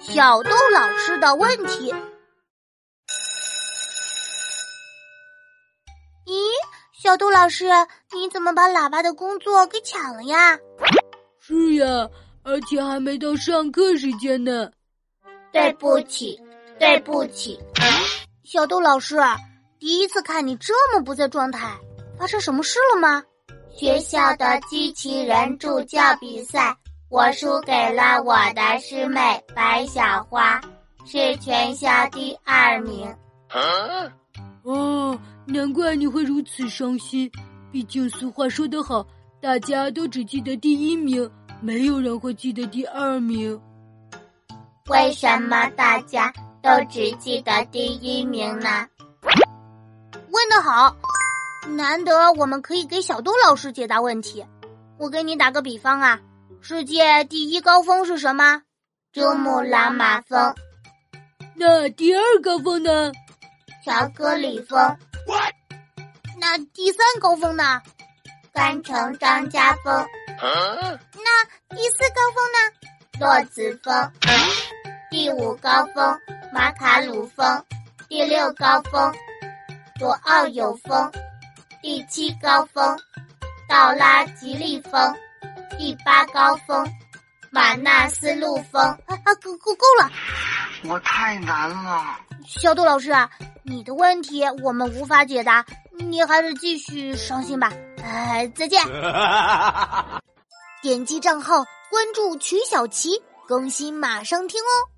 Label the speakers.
Speaker 1: 小豆老师的问题。咦，小豆老师，你怎么把喇叭的工作给抢了呀？
Speaker 2: 是呀，而且还没到上课时间呢。
Speaker 3: 对不起，对不起。
Speaker 1: 小豆老师，第一次看你这么不在状态，发生什么事了吗？
Speaker 3: 学校的机器人助教比赛，我输给了我的师妹白小花，是全校第二名。
Speaker 2: 啊、哦，难怪你会如此伤心。毕竟俗话说得好，大家都只记得第一名，没有人会记得第二名。
Speaker 3: 为什么大家都只记得第一名呢？
Speaker 1: 问得好。难得我们可以给小豆老师解答问题，我给你打个比方啊，世界第一高峰是什么？
Speaker 3: 珠穆朗玛峰。
Speaker 2: 那第二高峰呢？
Speaker 3: 乔戈里峰。
Speaker 1: 那第三高峰呢？
Speaker 3: 甘城张家峰。
Speaker 1: 啊、那第四高峰
Speaker 3: 呢？洛子峰。啊、第五高峰马卡鲁峰。第六高峰博奥友峰。第七高峰，道拉吉利峰；第八高峰，马纳斯路峰。
Speaker 1: 啊啊，够够够了！
Speaker 4: 我太难了。
Speaker 1: 小杜老师啊，你的问题我们无法解答，你还是继续伤心吧。哎，再见。点击账号关注曲小琪，更新马上听哦。